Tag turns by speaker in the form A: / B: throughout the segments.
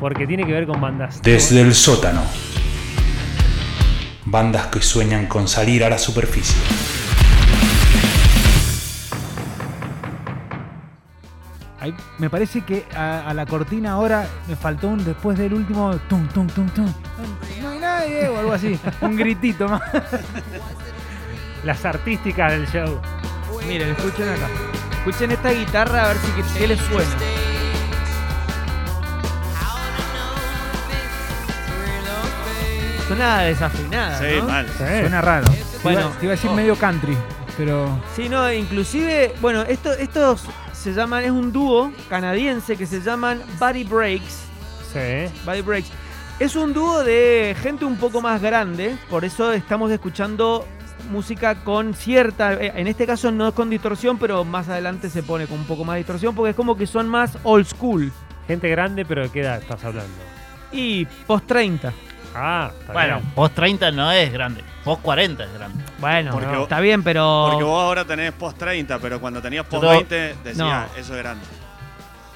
A: porque tiene que ver con bandas.
B: Desde el sótano. Bandas que sueñan con salir a la superficie.
C: Ahí me parece que a, a la cortina ahora me faltó un después del último tum tum tum tum. No hay nadie o algo así, un gritito más.
A: Las artísticas del show.
D: Miren, escuchen acá. Escuchen esta guitarra a ver si que- qué les suena. Suena desafinada.
E: Sí,
D: ¿no?
E: mal.
A: ¿Eh?
C: Suena raro.
D: Bueno.
C: Bueno, te iba a decir
D: Oh.
C: medio country, pero
D: Sí, no, inclusive, bueno, esto, estos se llaman, es un dúo canadiense que se llaman Body Breaks.
A: Sí.
D: Body Breaks. Es un dúo de gente un poco más grande, por eso estamos escuchando música con cierta, eh, en este caso no con distorsión, pero más adelante se pone con un poco más de distorsión porque es como que son más old school
A: Gente grande, pero ¿de qué edad estás hablando?
D: y post 30.
A: Ah, está
F: Bueno,
A: bien.
F: post 30 no es grande, post 40 es grande.
D: Bueno,
E: Porque
D: no,
E: vos-
D: está bien, pero
E: Porque vos ahora tenés post 30, pero cuando tenías post
F: Pero-
E: 20 decías,
D: No.
E: eso es grande.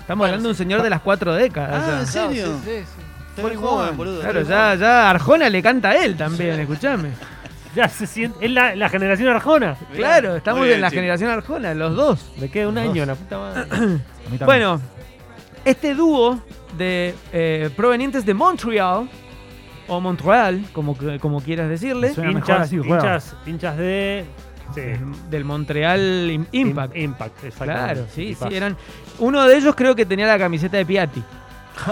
D: estamos hablando de un señor de las cuatro décadas.
E: Ah,
D: ya.
E: ¿en serio?
G: Sí, sí.
E: Estás muy joven, boludo.
D: Claro, ya, ya Arjona le canta a él también, escuchame.
A: Ya se siente. Es la, la generación arjona.
D: Claro, estamos
E: Muy bien,
D: en la
E: chicos.
D: generación Arjona, los dos.
A: Me queda un año, la puta madre.
C: a mí también.
D: Bueno, este dúo de eh, provenientes de Montreal, o Montreal, como, que- como quieras decirle,
C: Suena mejor
A: hinchas,
C: así, juega.
A: hinchas, hinchas de. Sí.
D: del Montreal Im- Impact.
A: Im- Impact, exactamente.
D: Claro, sí,
A: Tipazo.
D: sí, eran... Uno de ellos creo que tenía la camiseta de Piatti.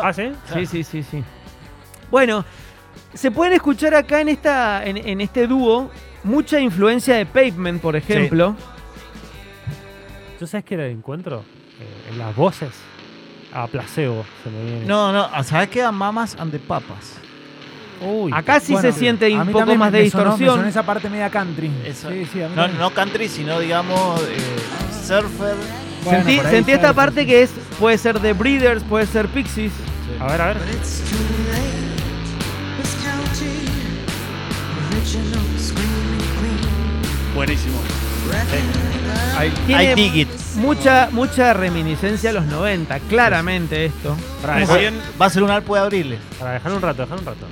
A: Ah, sí.
D: Sí, sí, sí, sí. Bueno, se pueden escuchar acá en, esta, en, en este dúo mucha influencia de Pavement, por ejemplo.
A: Ah. ¿Tú sabes que era el encuentro? Eh, en las voces. A placebo se me viene.
F: No, no, ¿sabes qué? Mamas and the Papas.
A: Uy,
D: Acá sí
C: Bueno,
D: se siente
C: a
D: un
C: mí
D: poco
C: también
D: más
C: me
D: de
C: sonó- me
D: distorsión.
C: sonó esa parte media country.
F: Eso.
C: Sí, sí, a mí
F: No,
C: también.
F: no country, sino digamos eh, surfer.
C: Bueno,
D: sentí
C: por ahí
D: sentí
C: ya
D: esta
C: lo-
D: parte que es puede ser de Breeders, puede ser Pixies.
A: A ver, a ver.
E: Buenísimo.
F: Hay
D: Tiene
F: ticket.
D: mucha mucha reminiscencia a los 90, claramente esto.
A: Para, dejar,
E: Recién,
F: Va a ser un ar, puede abrirle.
A: para dejar un rato, dejar un rato.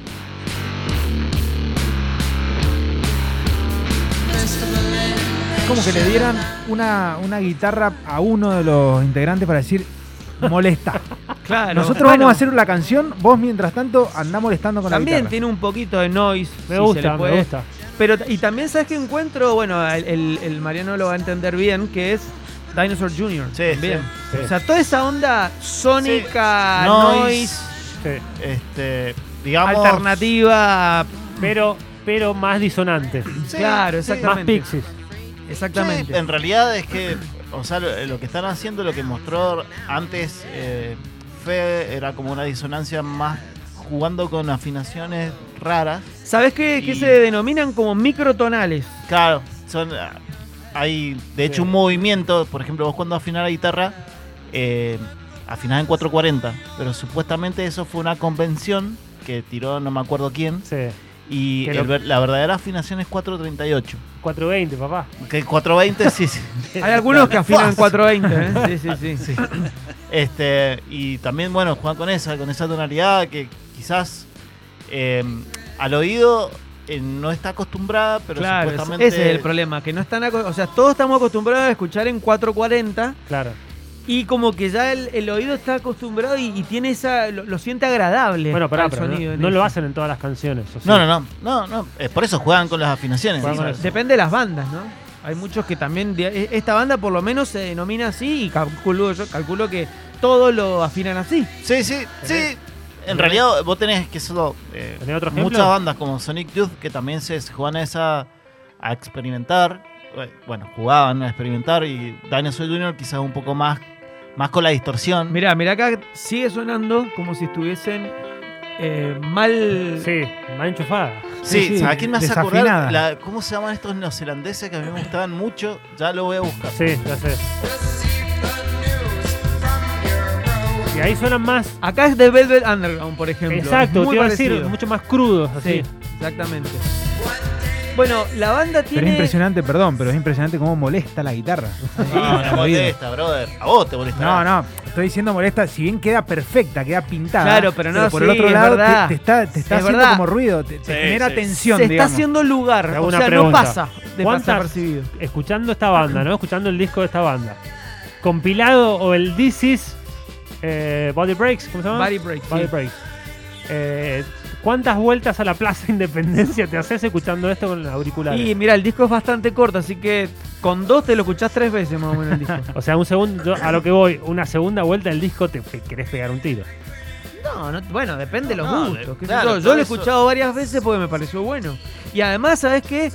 C: Es como que le dieran una, una guitarra a uno de los integrantes para decir molesta.
D: Claro.
C: Nosotros vamos a hacer la canción, vos mientras tanto andá molestando con
D: También
C: la guitarra.
D: tiene un poquito de noise.
A: Me
D: si se
A: gusta,
D: le puede.
A: me gusta.
D: Pero y también sabes que encuentro, bueno, el, el- el Mariano lo va a entender bien, que es Dinosaur Jr.
F: Sí,
D: también.
A: sí, sí.
D: O sea, toda esa onda sónica, Ah, noise,
F: Noise,
A: Sí.
F: este, digamos.
D: alternativa.
A: Pero, pero más disonante.
F: Sí,
D: claro,
F: sí.
A: Más
D: exactamente.
A: pixies.
D: Exactamente.
F: Sí, en realidad es que, o sea, lo, lo que están haciendo, lo que mostró antes eh, Fe, era como una disonancia más jugando con afinaciones raras.
D: ¿Sabes qué, qué
F: Y-
D: se denominan como microtonales?
F: Claro, son ah, hay de hecho un movimiento, por ejemplo, vos cuando afinás la guitarra, eh, afinás en 440, pero supuestamente eso fue una convención que tiró no me acuerdo quién,
A: Sí.
F: y
A: Que
F: el
A: lo-
F: ver- la verdadera afinación es 438.
A: 420, papá.
F: Que 420 sí, sí.
D: Hay algunos que afinan 420, ¿eh? Sí, sí, sí.
F: Este, y también, bueno, juegan con esa, con esa tonalidad que quizás eh, al oído eh, no está acostumbrada, pero
D: claro, es-
F: supuestamente.
D: ese es el problema, que no están, aco- o sea, todos estamos acostumbrados a escuchar en 440
A: Claro.
D: y como que ya el, el oído está acostumbrado y, y tiene esa lo, lo siente agradable
A: Bueno, pará,
D: al
A: pero
D: sonido
A: no,
D: en
A: no lo
D: eso.
A: hacen en todas las canciones. o sea.
F: No, no, no, no, no. eh, por eso juegan con las afinaciones.
A: Juegan con
F: Sí,
A: eso.
D: Depende de las bandas, ¿no? Hay muchos que también de- e- esta banda por lo menos se denomina así y calculo yo calculo que todos lo afinan así.
F: Sí, sí, sí. En realidad vos tenés que solo eh,
A: ¿Tenés otro ejemplo?
F: muchas bandas como Sonic Youth que también se juegan a esa a experimentar, eh, bueno, jugaban a experimentar y Dinosaur Jr. quizás un poco más más con la distorsión.
D: Mirá, mirá acá sigue sonando como si estuviesen eh, mal
A: Sí, más enchufada.
F: sí,
C: sí, sí,
F: ¿sabés quién me hace
C: desafinada.
F: acordar? La- ¿Cómo se llaman estos neozelandeses que a mí me gustaban mucho? Ya lo voy a buscar.
A: Sí, ya sé. Y ahí suenan más.
D: Acá es de Velvet Underground, por ejemplo.
A: Exacto,
D: muy
A: te iba a
D: parecido.
A: decir, mucho más crudos. Así.
D: Sí, exactamente. Bueno, la banda
C: Pero
D: tiene.
C: es impresionante, perdón, pero es impresionante cómo molesta la guitarra.
F: No, no
C: Oído.
F: molesta, brother. A vos te molesta.
C: No, no, estoy diciendo molesta, si bien queda perfecta, queda pintada.
D: Claro, pero no,
C: por
D: sí,
C: el otro
D: es
C: lado
D: verdad.
C: te, te está, te está
D: Es
C: haciendo
D: verdad.
C: como ruido, te, te
E: Sí,
C: genera
E: sí.
C: tensión,
D: se está
C: digamos.
D: haciendo
A: Te
D: lugar,
A: hago
D: o
A: una
D: sea, no
A: pregunta.
D: pasa de
A: ¿Cuántas-
D: desapercibido.
A: escuchando esta banda, ¿no? Escuchando el disco de esta banda. Compilado o el This is eh, Body Breaks, ¿cómo se llama?
D: Body break.
A: Body
D: sí.
A: Breaks. Eh, ¿Cuántas vueltas a la Plaza Independencia te haces escuchando esto con los auriculares?
D: Y mira, el disco es bastante corto, así que con dos te lo escuchás tres veces más o menos el disco.
A: O sea, un segundo, yo a lo que voy, una segunda vuelta del disco te, te querés pegar un tiro.
D: No, no- bueno, depende de los
F: No,
D: gustos.
F: de-
D: qué sé
F: claro,
D: yo. Yo
F: todo
D: lo he
F: eso-
D: escuchado varias veces porque me pareció bueno. Y además, ¿sabes qué?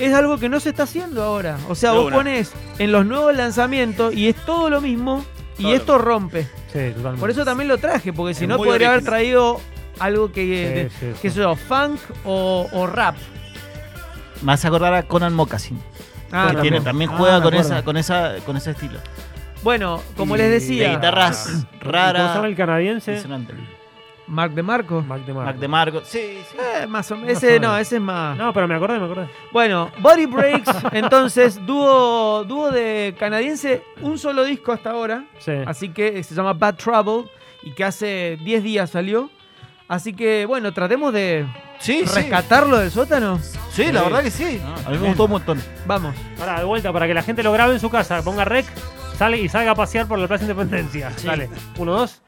D: Es algo que no se está haciendo ahora. O sea,
E: De
D: vos
E: una.
D: pones en los nuevos lanzamientos y es todo lo mismo y
E: Todo lo
D: esto rompe.
A: Sí, totalmente.
D: Por eso también lo traje, porque si
E: Es
D: no
E: muy
D: podría haber
E: original.
D: traído algo que, de-
A: Sí, sí, sí.
D: qué sé yo, funk o, o rap.
F: Me hace acordar a Conan Moccasin.
D: Ah,
F: que tiene,
D: también.
F: también
C: Ah,
F: juega
C: me
F: con,
C: acuerdo.
F: esa, con, esa, con ese estilo.
D: Bueno, como les
A: Y
F: De
D: decía,
F: guitarras
A: ¿Cómo se llama
F: raras.
A: el canadiense?
F: disonantes.
D: Mark de Marco.
A: Mac DeMarco.
F: Mac DeMarco. Sí, sí.
D: Eh, más o
A: Más
D: menos. Ese
A: o menos.
D: no, ese es más.
A: No, pero me acordé, me acordé.
D: Bueno, Body Breaks, entonces, dúo, dúo de canadiense, un solo disco hasta ahora,
A: Sí.
D: así que eh, se llama Bad Trouble y que hace 10 días salió. Así que bueno, tratemos de
F: Sí, sí.
D: rescatarlo del sótano.
F: Sí, Ah, la verdad que sí. A mí me gustó un montón.
D: Vamos.
A: Ahora, de vuelta, para que la gente lo grabe en su casa, ponga rec, sale y salga a pasear por la Plaza Independencia. Dale, uno, dos.